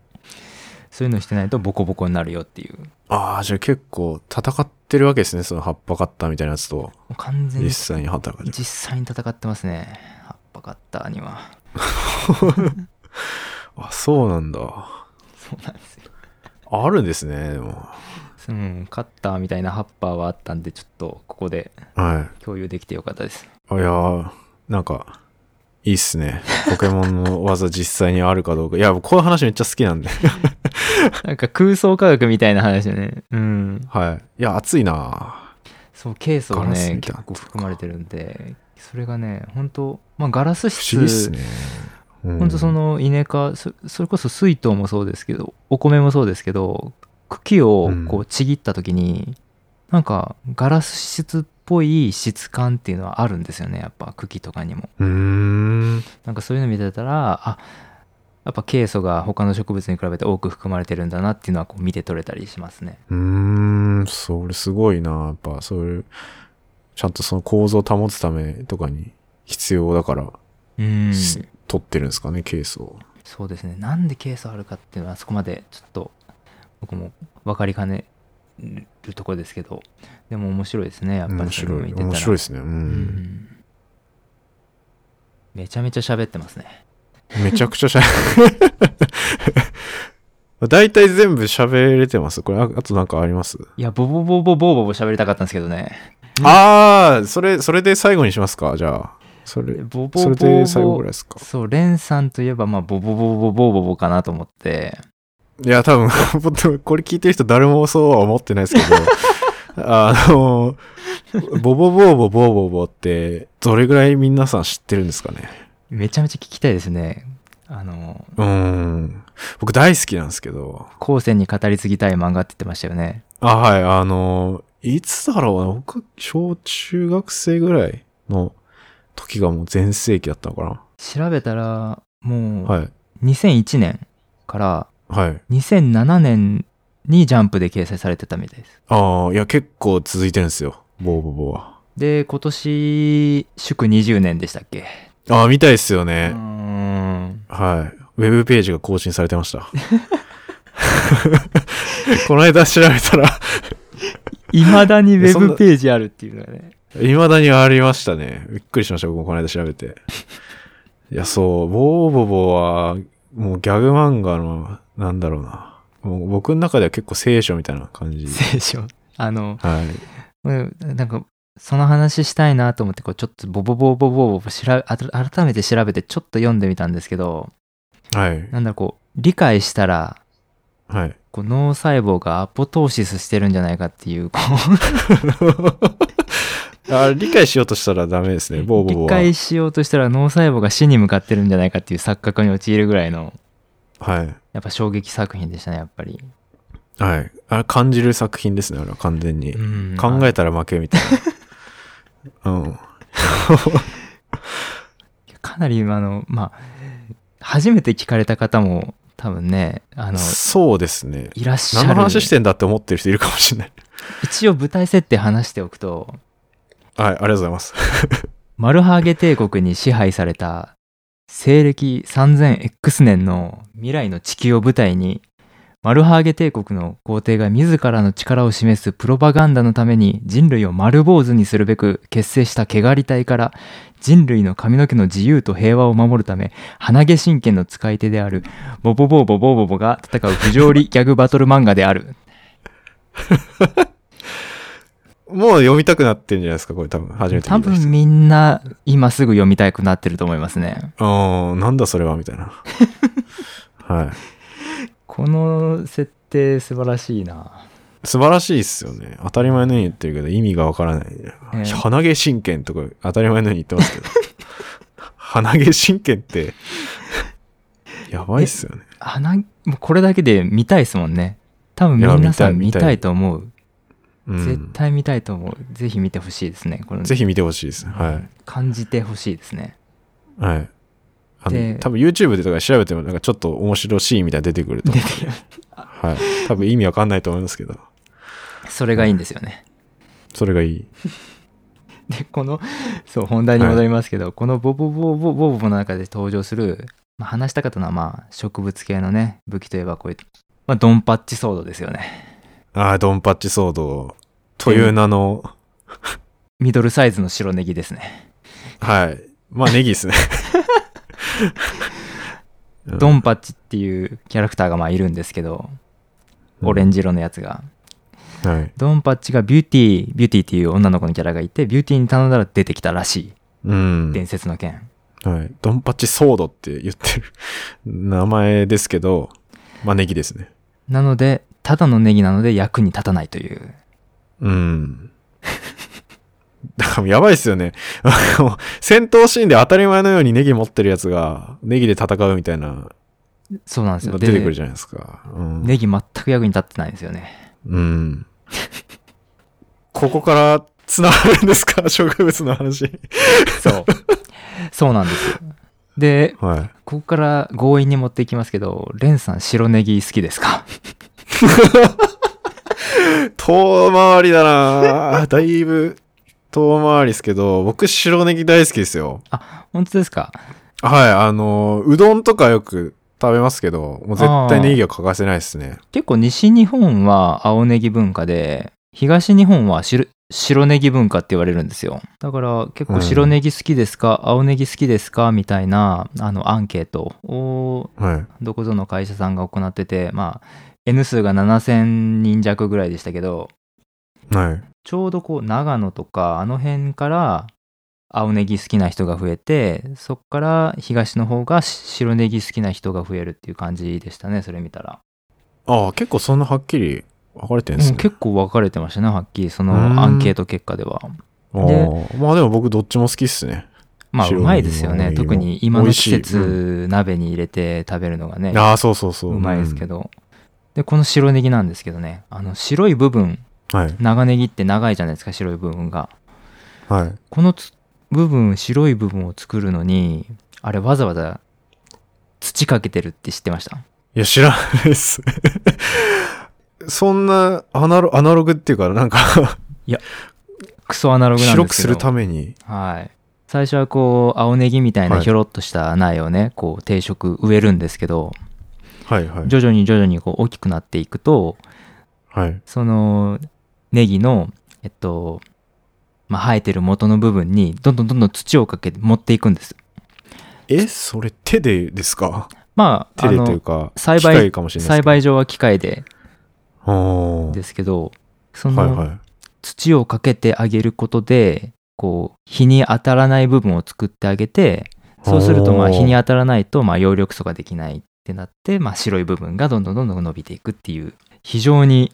Speaker 1: そういうのしてないとボコボコになるよっていうも
Speaker 2: ああ、じゃあ結構戦ってるわけですね。その葉っぱカッターみたいなやつと。
Speaker 1: う完全に
Speaker 2: 実際に働く。
Speaker 1: 実際に戦ってますね葉っぱカッターには
Speaker 2: あ、そうなんだ。
Speaker 1: そうなんですよ
Speaker 2: あるんですね、でも。
Speaker 1: うんカッターみたいな葉っぱはあったんでちょっとここで
Speaker 2: はい。
Speaker 1: 共有できてよかったです
Speaker 2: あいやーなんか、いいっすね。ポケモンの技実際にあるかどうか。いや、こういう話めっちゃ好きなんで。
Speaker 1: なんか空想科学みたいな話よね。うん。
Speaker 2: はい。いや、熱いな
Speaker 1: そう、ケースが
Speaker 2: ガラス
Speaker 1: ね、
Speaker 2: みたいな
Speaker 1: 結
Speaker 2: のとか
Speaker 1: 構含まれてるんで、それがね、本当まあガラス
Speaker 2: 不思議っす
Speaker 1: 質、
Speaker 2: ね。
Speaker 1: 本当そ
Speaker 2: の、
Speaker 1: の稲科、そそれこそ水筒もそうですけど、お米もそうですけど、茎をこ
Speaker 2: うん
Speaker 1: うちぎった時に、なんかガラス質っぽい質感っていうのはあるんですよね、やっぱ茎とかにも。
Speaker 2: うーん。
Speaker 1: なんかそういうの見てたら、あやっぱケイ素が他の植物に比べて多く含まれてるんだなっていうのはこう見て取れたりしますね。
Speaker 2: うーん、それすごいなやっぱ、そういう、ちゃんとその構造を保つためとかに必要だから、
Speaker 1: うん。
Speaker 2: す取ってるんですかね、ケースを。
Speaker 1: そうですねなんでケースあるかっていうのはそこまでちょっと僕も分かりかねるところですけどでも面白いですねやっぱり
Speaker 2: 面
Speaker 1: それを
Speaker 2: 白
Speaker 1: 見て
Speaker 2: い。
Speaker 1: たら
Speaker 2: 面白いですね。う。
Speaker 1: うんんめちゃめちゃ喋ってますね
Speaker 2: めちゃくちゃ しゃ、大体全部喋れてます。これ、ああとなんかあります
Speaker 1: いやボボボボボボボ喋りたかったんですけどね
Speaker 2: ああ、それ、それで最後にしますか、じゃあ。それ、
Speaker 1: ボボボ
Speaker 2: それ
Speaker 1: ボ
Speaker 2: で最後ぐらいですか。
Speaker 1: そうレンさんといえばまあボボボボボボボかなと思って
Speaker 2: いや、多分、 ほんとこれ聞いてる人誰もそうは思ってないですけ ど、あの、ボボボーボボーボーボーって、どれぐらい皆さん知ってるんですかね。
Speaker 1: めちゃめちゃ聞きたいですねあの
Speaker 2: うーん。僕大好きなんですけど、
Speaker 1: 後世に語り継ぎたい漫画って言ってましたよね
Speaker 2: あ、はい、あの、いつだろうな、僕、小中学生ぐらいの時がもう全盛期だったのか
Speaker 1: 調べたら
Speaker 2: な。
Speaker 1: もう
Speaker 2: はい、
Speaker 1: 2001年から
Speaker 2: はい。
Speaker 1: 2007年にジャンプで掲載されてたみたいです
Speaker 2: ああ、いや、結構続いてるんですよ、ボーボーボーは。
Speaker 1: で今年祝20年でしたっけ
Speaker 2: ああ、見たいですよ
Speaker 1: う
Speaker 2: ね。
Speaker 1: ーん
Speaker 2: はい。ウェブページが更新されてました。 この間調べたら、
Speaker 1: いまだにウ
Speaker 2: いやそ
Speaker 1: ェ
Speaker 2: んな
Speaker 1: ブページあるっていうのがね
Speaker 2: 未だにありましたね。びっくりしました、僕もこの間調べて。いや、そう、ボーボボは、もうギャグ漫画の、なんだろうな。もう僕の中では結構聖書みたいな感じ。
Speaker 1: 聖書あの
Speaker 2: はい。
Speaker 1: うんなんかその話したいなと思ってこうちょっとボボボボボボボ調べあと改めて調べてちょっと読んでみたんですけど
Speaker 2: はい。
Speaker 1: なんだろうこう理解したら
Speaker 2: はい。
Speaker 1: こう脳細胞がアポトーシスしてるんじゃないかっていうこう
Speaker 2: あ理解しようとしたらダメですね、ボーボボ
Speaker 1: 理
Speaker 2: は。
Speaker 1: 解しようとしたら脳細胞が死に向かってるんじゃないかっていう錯覚に陥るぐらいの
Speaker 2: はい。
Speaker 1: やっぱ衝撃作品でしたねやっぱり、
Speaker 2: はい。あれ、感じる作品ですね、あれは完全に。
Speaker 1: うん
Speaker 2: 考えたら負けみたいな。うん。
Speaker 1: かなり今のまあ初めて聞かれた方も多分ねあの
Speaker 2: そうですね。
Speaker 1: いらっしゃる
Speaker 2: 何の話してんだって思ってる人いるかもしれない。
Speaker 1: 一応舞台設定話しておくと
Speaker 2: はい、ありがとうございます。
Speaker 1: マルハーゲ帝国に支配された西暦 3000X 年の未来の地球を舞台にマルハーゲ帝国の皇帝が自らの力を示すプロパガンダのために人類を丸坊主にするべく結成した毛刈り隊から人類の髪の毛の自由と平和を守るため鼻毛神剣の使い手であるボボボボボボボが戦う不条理ギャグバトル漫画である
Speaker 2: もう読みたくなってるんじゃないですか、これ多分。初めて
Speaker 1: 多
Speaker 2: 見た人。
Speaker 1: 分みんな今すぐ読みたくなってると思いますね
Speaker 2: うん、なんだそれは、みたいな。 はい。
Speaker 1: この設定素晴らしいな
Speaker 2: 素晴らしいっすよね。当たり前のように言ってるけど、意味がわからない。
Speaker 1: ええ
Speaker 2: 鼻毛神剣とか当たり前のように言ってますけど。 鼻毛神剣って、 やばいっすよね。
Speaker 1: 花もうこれだけで見たいですもんね多分
Speaker 2: いや
Speaker 1: 皆さん見
Speaker 2: 見たい
Speaker 1: たいと思う、
Speaker 2: うん、
Speaker 1: 絶対見たいと思うぜひ見てほしいですねこの
Speaker 2: ぜひ見てほしいですね。はい。
Speaker 1: 感じてほしいですね
Speaker 2: はい。あ
Speaker 1: で
Speaker 2: の、多分 YouTube でとか調べても、なんかちょっと面白いシーンみたいなの出てくると思う。はい。多分意味わかんないと思いますけど、
Speaker 1: それがいいんですよね
Speaker 2: それがいい。
Speaker 1: でこのそう本題に戻りますけど、このボボボボボボボの中で登場する、まあ、話したかったのはまあ植物系のね武器といえばこういう、まあ、ドンパッチソードですよね
Speaker 2: ああ、ドンパッチ騒動。という名の、
Speaker 1: ミドルサイズの白ネギですね
Speaker 2: はい。まあ、ネギですね。うん
Speaker 1: ドンパッチっていうキャラクターがまあいるんですけどオレンジ色のやつが、
Speaker 2: はい。
Speaker 1: ドンパッチがビューティービューティーっていう女の子のキャラがいてビューティーに頼んだら出てきたらしい
Speaker 2: うん。
Speaker 1: 伝説の剣、
Speaker 2: はい。ドンパチソードって言ってる 名前ですけど、まあ、ネギですね。
Speaker 1: なのでただのネギなので役に立たないという
Speaker 2: うん。だからやばいっすよね。 あの戦闘シーンで当たり前のようにネギ持ってるやつが、ネギで戦うみたいな、
Speaker 1: そうなんですよ
Speaker 2: 出てくる
Speaker 1: で
Speaker 2: じゃないですか。うん。
Speaker 1: ネギ全く役に立ってないんですよ ね
Speaker 2: うん。ここから繋がるんですか 植物の話。
Speaker 1: そう そうなんですよで
Speaker 2: はい。
Speaker 1: ここから強引に持っていきますけどレンさん白ネギ好きですか
Speaker 2: 遠回りだな だいぶ遠回りですけど、僕白ネギ大好きですよ。
Speaker 1: 本当ですか
Speaker 2: はい、あの、うどんとかよく食べますけど、もう絶対ネギは欠かせないですね。
Speaker 1: 結構西日本は青ネギ文化で東日本は白白ネギ文化って言われるんですよだから結構白ネギ好きですか、青ネギ好きですかみたいなあのアンケートを
Speaker 2: はい。
Speaker 1: どこぞの会社さんが行っててまあ N 数が7,000人弱ぐらいでしたけど
Speaker 2: はい。
Speaker 1: ちょうどこう長野とかあの辺から青ネギ好きな人が増えてそっから東の方が白ネギ好きな人が増えるっていう感じでしたねそれ見たら。
Speaker 2: ああ、結構そんなはっきり分かれてるんで
Speaker 1: う
Speaker 2: す
Speaker 1: ん
Speaker 2: ね。
Speaker 1: 結構分かれてましたねはっきりそうの
Speaker 2: ーん
Speaker 1: アンケート結果では
Speaker 2: 構まあでも僕どっちも好きっすね。
Speaker 1: まあう
Speaker 2: 白ネギも
Speaker 1: まいですよ
Speaker 2: ネギ
Speaker 1: ね
Speaker 2: も
Speaker 1: 特に今の季
Speaker 2: 美味しい
Speaker 1: 節鍋に入れて食べるのがね
Speaker 2: ああ、そうそうそうう。
Speaker 1: まいですけど、でこの白ネギなんですけどねあの白い部分
Speaker 2: うん。はい。
Speaker 1: 長ネギって長いじゃないですか白い部分が
Speaker 2: はい。
Speaker 1: このつ部分白い部分を作るのにあれわざわざ土かけてるって知ってました
Speaker 2: いや、知らないっす。そんなアナロアナログっていうか、なんか、
Speaker 1: クソアナログなんですけど
Speaker 2: 白くするために。
Speaker 1: はい、最初はこう青ネギみたいな
Speaker 2: はい
Speaker 1: ひょろっとした苗をね、こう定食植えるんですけど
Speaker 2: はいはい。
Speaker 1: 徐々に徐々にこう大きくなっていくと
Speaker 2: はい。
Speaker 1: そのネギのえっと、まあ、生えてる元の部分にどんどんどんどん土をかけて持っていくんです
Speaker 2: え、それ手でですか
Speaker 1: まあ
Speaker 2: 手
Speaker 1: あ
Speaker 2: でという
Speaker 1: の
Speaker 2: か、
Speaker 1: 栽培
Speaker 2: 機械かもしれない
Speaker 1: 栽培上は機械で
Speaker 2: おー
Speaker 1: ですけどそ
Speaker 2: はい
Speaker 1: の
Speaker 2: は
Speaker 1: 土をかけてあげることでこう日に当たらない部分を作ってあげてそうするとまあ
Speaker 2: おー
Speaker 1: 日に当たらないとまあ葉緑素ができないってなってまあ白い部分がどんどんどんどん伸びていくっていう非常に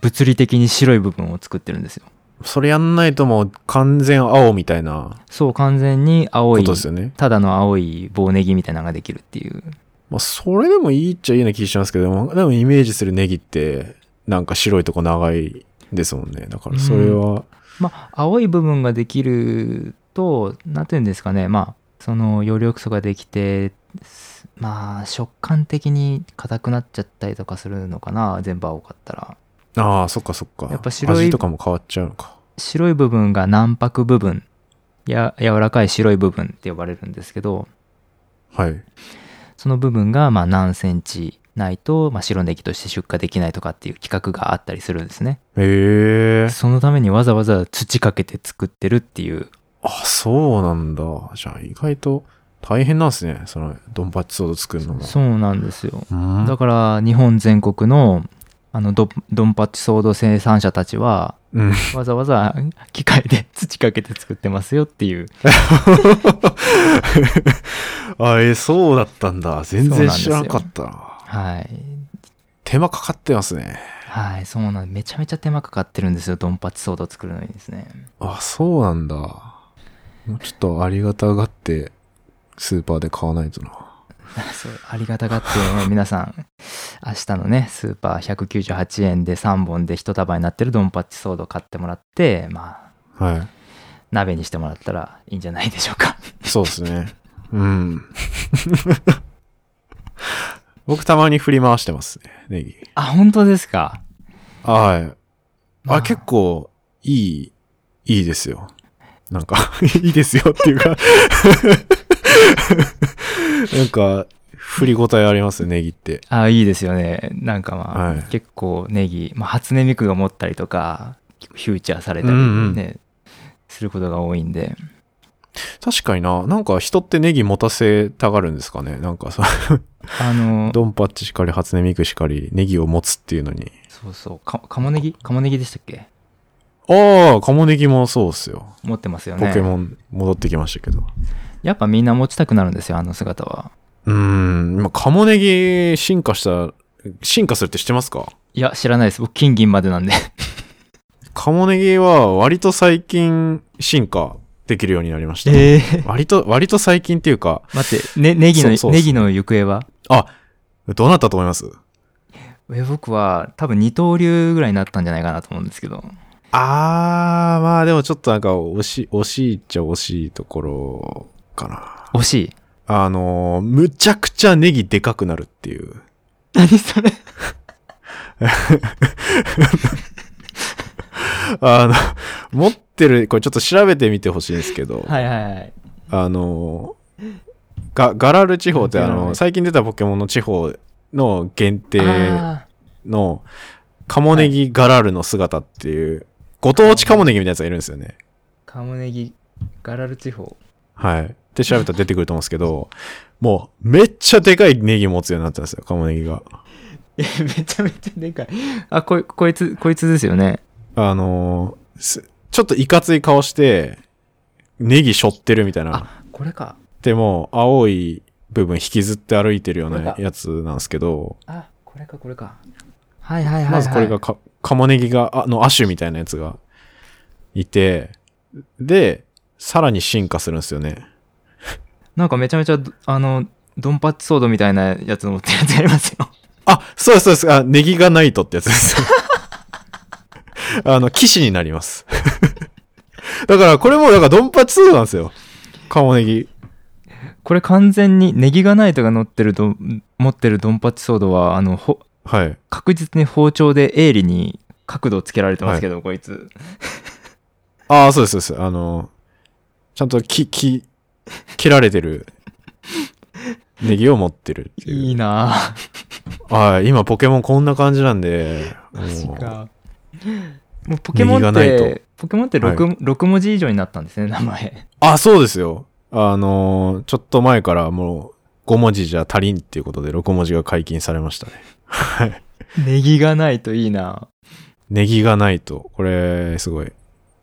Speaker 1: 物理的に白い部分を作ってるんですよ。
Speaker 2: い。それやんないともう完全青みたいな
Speaker 1: そう完全に青
Speaker 2: こ
Speaker 1: い
Speaker 2: とですよね。
Speaker 1: ただの青い棒ネギみたいなのができるっていう
Speaker 2: まあ、それでもいいっちゃいいな気しますけど、まあでもイメージするネギって、なんか白いとこ長いですもんね。だからそれは、
Speaker 1: まあ青い部分ができると何て言うんですかねまあその葉緑素ができてすまあ食感的に硬くなっちゃったりとかするのかな全部青かったら
Speaker 2: ああ、そっかそっか。
Speaker 1: やっぱ白い
Speaker 2: 味とかも変わっちゃうのか。
Speaker 1: 白い部分が軟白部分や柔らかい白い部分って呼ばれるんですけど
Speaker 2: はい。
Speaker 1: その部分がまあ何センチないと、まあ、白ネギとして出荷できないとかっていう規格があったりするんですね
Speaker 2: ええ
Speaker 1: そのためにわざわざ土かけて作ってるっていう
Speaker 2: あ、そうなんだ。じゃあ意外と大変なんですね。その、ドンパチソード作るのも。
Speaker 1: そうなんですよ
Speaker 2: うん。
Speaker 1: だから日本全国のあのドドンパッチソード生産者たちは
Speaker 2: うん。
Speaker 1: わざわざ機械で土かけて作ってますよっていう
Speaker 2: あ、えーそうだったんだ。全
Speaker 1: そうなん
Speaker 2: 然
Speaker 1: です
Speaker 2: 知
Speaker 1: よ
Speaker 2: らなかったな。
Speaker 1: はい
Speaker 2: 手間かかってますね。
Speaker 1: はいそうなんめちゃめちゃ手間かかってるんですよドンパッチソード作るのにですね
Speaker 2: あ、そうなんだ。もうちょっとありがたがって、スーパーで買わないとな。
Speaker 1: そうありがたがってね皆さん明日のねスーパー198円で3本で1束になってるドンパッチソード買ってもらってまあ
Speaker 2: はい。
Speaker 1: 鍋にしてもらったらいいんじゃないでしょうか
Speaker 2: そうですね。うん。僕たまに振り回してますね、ネギ。
Speaker 1: あ本当ですか
Speaker 2: はい。
Speaker 1: ま
Speaker 2: あ、結構、いい、いいですよ。なんか、 いいですよっていうか なんか、振り応えありますね、ネギって。
Speaker 1: あいいですよねなんかまあ、
Speaker 2: はい
Speaker 1: 結構ネギ、まあ、初音ミクが持ったりとか結構フューチャーされたり
Speaker 2: う
Speaker 1: ね、
Speaker 2: んうん
Speaker 1: することが多いんで
Speaker 2: 確かにな、なんか人ってネギ持たせたがるんですかね。なんかさ、
Speaker 1: あの
Speaker 2: ドンパッチしかり、初音ミクしかり、ネギを持つっていうのに。
Speaker 1: そうそうか鴨ネギ鴨ネギでしたっけ
Speaker 2: ああ、カモネギもそうっすよ。
Speaker 1: 持ってますよ
Speaker 2: ポケ
Speaker 1: ね
Speaker 2: モン戻ってきましたけど。
Speaker 1: やっぱみんな持ちたくなるんですよあの姿は
Speaker 2: うーん、今、カモネギ進化した、進化するって知ってますか
Speaker 1: いや知らないです僕金銀までなんで
Speaker 2: カモネギは割と最近進化できるようになりました。
Speaker 1: ええ
Speaker 2: 割と、割と最近っていうか、
Speaker 1: 待って、ね、ネギの
Speaker 2: そうそうそう
Speaker 1: ネギの行方は
Speaker 2: あ、どうなったと思います
Speaker 1: え僕は多分二刀流ぐらいになったんじゃないかなと思うんですけど
Speaker 2: あー、まあでもちょっとなんか惜しい、惜しいっちゃ惜しいところかな。
Speaker 1: 惜しい
Speaker 2: あのー、むちゃくちゃネギでかくなるっていう。
Speaker 1: 何それ
Speaker 2: あの、持ってる、これちょっと調べてみてほしいんですけど、
Speaker 1: はいはいはい
Speaker 2: あのーガ、ガラル地方ってあ
Speaker 1: ガラ
Speaker 2: の、
Speaker 1: ル
Speaker 2: 最近出たポケモンの地方の限定
Speaker 1: あ
Speaker 2: のカモネギガラルの姿っていう、ご当地カモネギみたいなやつがいるんですよね。
Speaker 1: ー鴨ネギガラル地方
Speaker 2: はい。で調べたら出てくると思うんですけど、もうめっちゃでかいネギ持つようになったんですよ、カモネギが。
Speaker 1: えめちゃめちゃでかいあこいこいつこいつですよね
Speaker 2: あのーすちょっといかつい顔して、ネギ背負ってるみたいな。
Speaker 1: あこれか
Speaker 2: でも、青い部分引きずって歩いてるようなやつなんですけど、
Speaker 1: あこれかこれかはいはいはい、はい、
Speaker 2: まずこれがかカモネギが、あの、亜種みたいなやつがいて、で、さらに進化するんですよね。
Speaker 1: なんかめちゃめちゃあのドンパッチソードみたいなやつ持ってるやつやりますよ
Speaker 2: あ、そうです、そうです。あ、ネギがないとってやつです。 あの、騎士になります。 だから、これも、だから、ドンパチ2なんですよ。カモネギ。
Speaker 1: これ完全にネギがないとが乗ってるドン持ってるドンパッチソードはあのほ
Speaker 2: はい。
Speaker 1: 確実に包丁で鋭利に角度つけられてますけど、こいつ
Speaker 2: ああ、そうです、そうです。あの、ちゃんと、き、き、切られてる、ネギを持ってるっていう。
Speaker 1: いいなぁ
Speaker 2: はい。今、ポケモンこんな感じなんで、もう
Speaker 1: もうポケモンっ
Speaker 2: ネギがない
Speaker 1: てポケモンって 6,、六文字以上になったんですね名前
Speaker 2: あ、そうですよ。あの、ちょっと前から、もう、5文字じゃ足りんっていうことで、6文字が解禁されましたね。はい。
Speaker 1: ネギがないといいな
Speaker 2: ネギがないと。これ、すごい、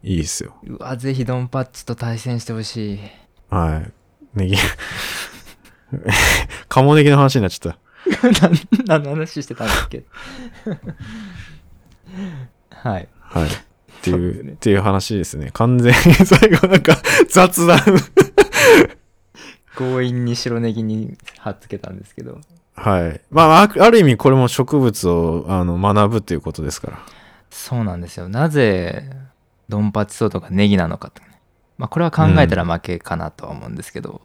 Speaker 2: いいっすよ。
Speaker 1: ぁうわぜひドンパッチと対戦してほしい
Speaker 2: はい。ネギ。 カモネギの話になっちゃった。
Speaker 1: 何の話してたんですけ どはい
Speaker 2: はい。って
Speaker 1: そう
Speaker 2: い
Speaker 1: です
Speaker 2: う、
Speaker 1: ね
Speaker 2: っていう話ですね。完全に 最後なんか雑談。
Speaker 1: 強引に白ネギに貼っつけたんですけど
Speaker 2: はい。まあ、あある意味これも植物をあの学ぶっていうことですから。
Speaker 1: そうなんですよなぜドンパチソードがネギなのかとまあ、これは考えたら負けかなとは思うんですけど、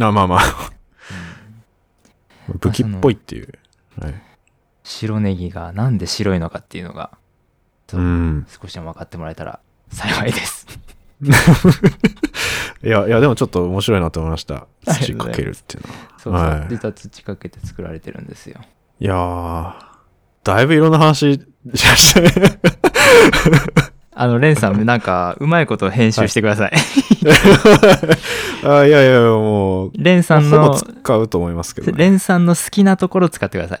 Speaker 2: あまあまあ。武器っぽいっていう。はい。
Speaker 1: 白ネギがなんで白いのかっていうのがそう
Speaker 2: うん。
Speaker 1: 少しでも分かってもらえたら 幸いです。
Speaker 2: いや、いや、でもちょっと面白いなと思いました。
Speaker 1: ありがと
Speaker 2: 土
Speaker 1: うございます
Speaker 2: かけるっていうのは。
Speaker 1: そうそう、
Speaker 2: はい
Speaker 1: 実は土かけて作られてるんですよ。
Speaker 2: いやー、だいぶいろんな話しましたね。
Speaker 1: あの、レンさん、なんか、うまいこと編集してください。
Speaker 2: あいやいやいや、もう、
Speaker 1: レンさん
Speaker 2: ほぼ
Speaker 1: の、
Speaker 2: 使うと思いますけど、ね。
Speaker 1: レンさんの好きなところ使ってくだ さい。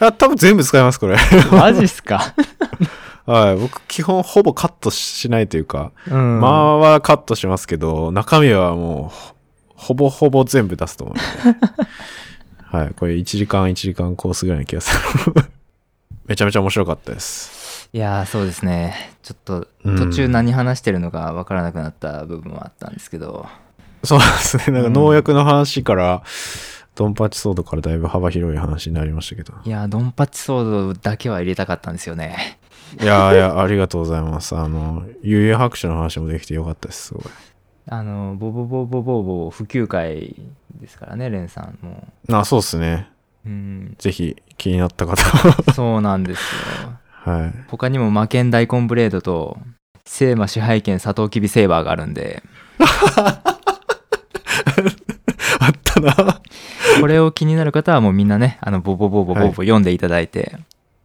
Speaker 2: あ、多分全部使います、これ。
Speaker 1: マジっすか
Speaker 2: はい。僕、基本ほぼカットしないというか、
Speaker 1: うん。
Speaker 2: 間はカットしますけど、中身はもう、ほぼほぼ全部出すと思うの で。はい。これ1時間1時間コースぐらいの気がする。 めちゃめちゃ面白かったです。
Speaker 1: いやー、そうですね。ちょっと、
Speaker 2: うん
Speaker 1: 途中何話してるのか分からなくなった部分はあったんですけど、
Speaker 2: そうですね。なんか農薬の話から、ドンパチソードからだいぶ幅広い話になりましたけど。
Speaker 1: いやー、ドンパチソードだけは入れたかったんですよね。
Speaker 2: いやい や、ありがとうございます。あの、悠々白書の話もできてよかったです、すごい。
Speaker 1: あの、ボボボボボボ普及会ですからね、レンさんも。
Speaker 2: あ、そうですね。
Speaker 1: うん、
Speaker 2: ぜひ気になった方 は。
Speaker 1: そうなんですよ。
Speaker 2: はい。
Speaker 1: 他にも魔剣大根ブレードと聖魔支配権サトウキビセイバーがあるんで
Speaker 2: あったな。あ、
Speaker 1: これを気になる方はもうみんなねあのボボボボボボ
Speaker 2: はい
Speaker 1: 読んでいただいて、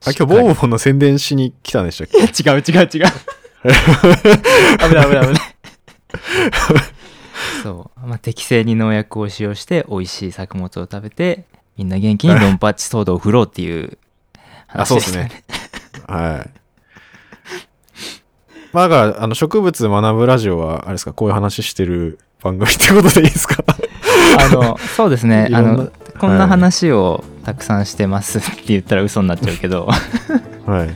Speaker 2: 今日ボーボンの宣伝しに来たんでしたっけ
Speaker 1: しっ かり違う違う違う危ない危ない危ない そう、まあ、適正に農薬を使用して美味しい作物を食べてみんな元気 にドンパッチ騒動を振ろうっていう
Speaker 2: あ、
Speaker 1: 話
Speaker 2: そう
Speaker 1: で
Speaker 2: ですす
Speaker 1: ね
Speaker 2: ね。はい。まあ、だから、あの、植物学ぶラジオは、あれですか、こういう話してる番組ってことでいいですか
Speaker 1: あのそうですね
Speaker 2: い
Speaker 1: あ
Speaker 2: ろんな
Speaker 1: のこん
Speaker 2: は
Speaker 1: ない話をたくさんしてますって言ったら嘘になっちゃうけど
Speaker 2: はい。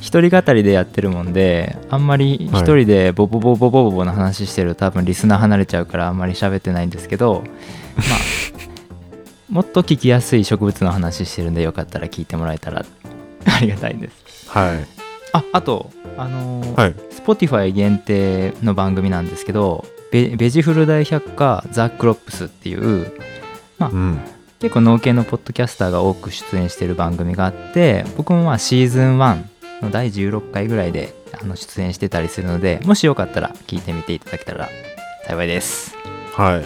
Speaker 1: 一人語りでやってるもんであんまり一人でボボボボボボボの話してると多分リスナー離れちゃうからあんまり喋ってないんですけど、まあ、もっと聞きやすい植物の話してるんでよかったら聞いてもらえたらありがたいです
Speaker 2: はい。
Speaker 1: ああとあのー
Speaker 2: はい。
Speaker 1: Spotify 限定の番組なんですけどベベジフル大百科ザ・クロップスっていう
Speaker 2: うん。
Speaker 1: 結構農系のポッドキャスターが多く出演してる番組があって僕もまあシーズン1の第16回ぐらいであの出演してたりするのでもしよかったら聞いてみていただけたら幸いです
Speaker 2: はい。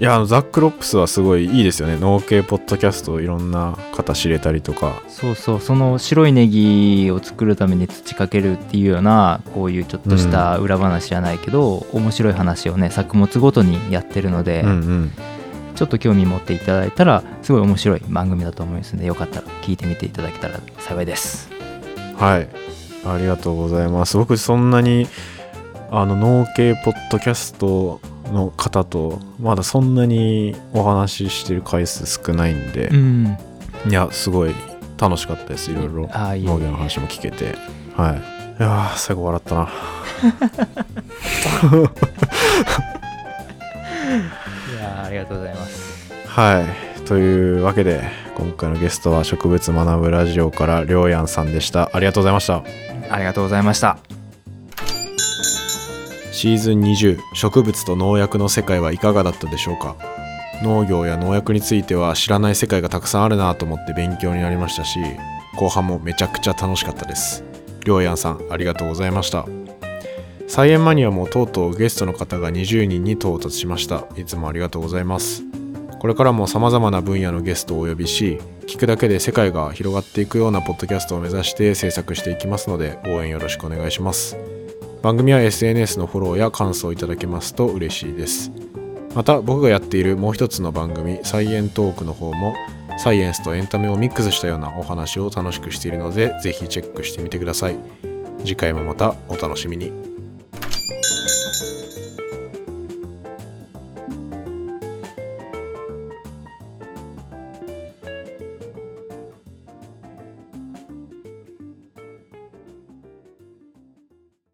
Speaker 2: いや、あの、ザック・ロップスはすごいいいですよね。農系ポッドキャスト、いろんな方知れたりとか。
Speaker 1: そうそうその白いネギを作るために土かけるっていうようなこういうちょっとした裏話じゃないけど、面白い話をね作物ごとにやってるので、
Speaker 2: うんうん。
Speaker 1: ちょっと興味持っていただいたらすごい面白い番組だと思いますのでよかったら聞いてみていただけたら幸いです
Speaker 2: はい。ありがとうございます。僕、そんなに、あの、農系ポッドキャストの方と、まだそんなにお話ししてる回数少ないんで、
Speaker 1: うん
Speaker 2: いや、すごい楽しかったです。いろいろ
Speaker 1: ああいい
Speaker 2: 農業の話も聞けて。はい。いやー、最後笑ったな。
Speaker 1: いやーありがとうございます。
Speaker 2: はい。というわけで、今回のゲストは植物学ぶラジオからりょうやんさんでした。ありがとうございました。
Speaker 1: ありがとうございました。
Speaker 2: シーズン20植物と農薬の世界はいかがだったでしょうか農業や農薬については知らない世界がたくさんあるなと思って勉強になりましたし後半もめちゃくちゃ楽しかったですりょうやんさんありがとうございました菜園マニアもとうとうゲストの方が20人に到達しましたいつもありがとうございますこれからも様々な分野のゲストをお呼びし聞くだけで世界が広がっていくようなポッドキャストを目指して制作していきますので応援よろしくお願いします番組は SNS のフォローや感想をいただけますと嬉しいですまた僕がやっているもう一つの番組「サイエントーク」の方もサイエンスとエンタメをミックスしたようなお話を楽しくしているのでぜひチェックしてみてください次回もまたお楽しみに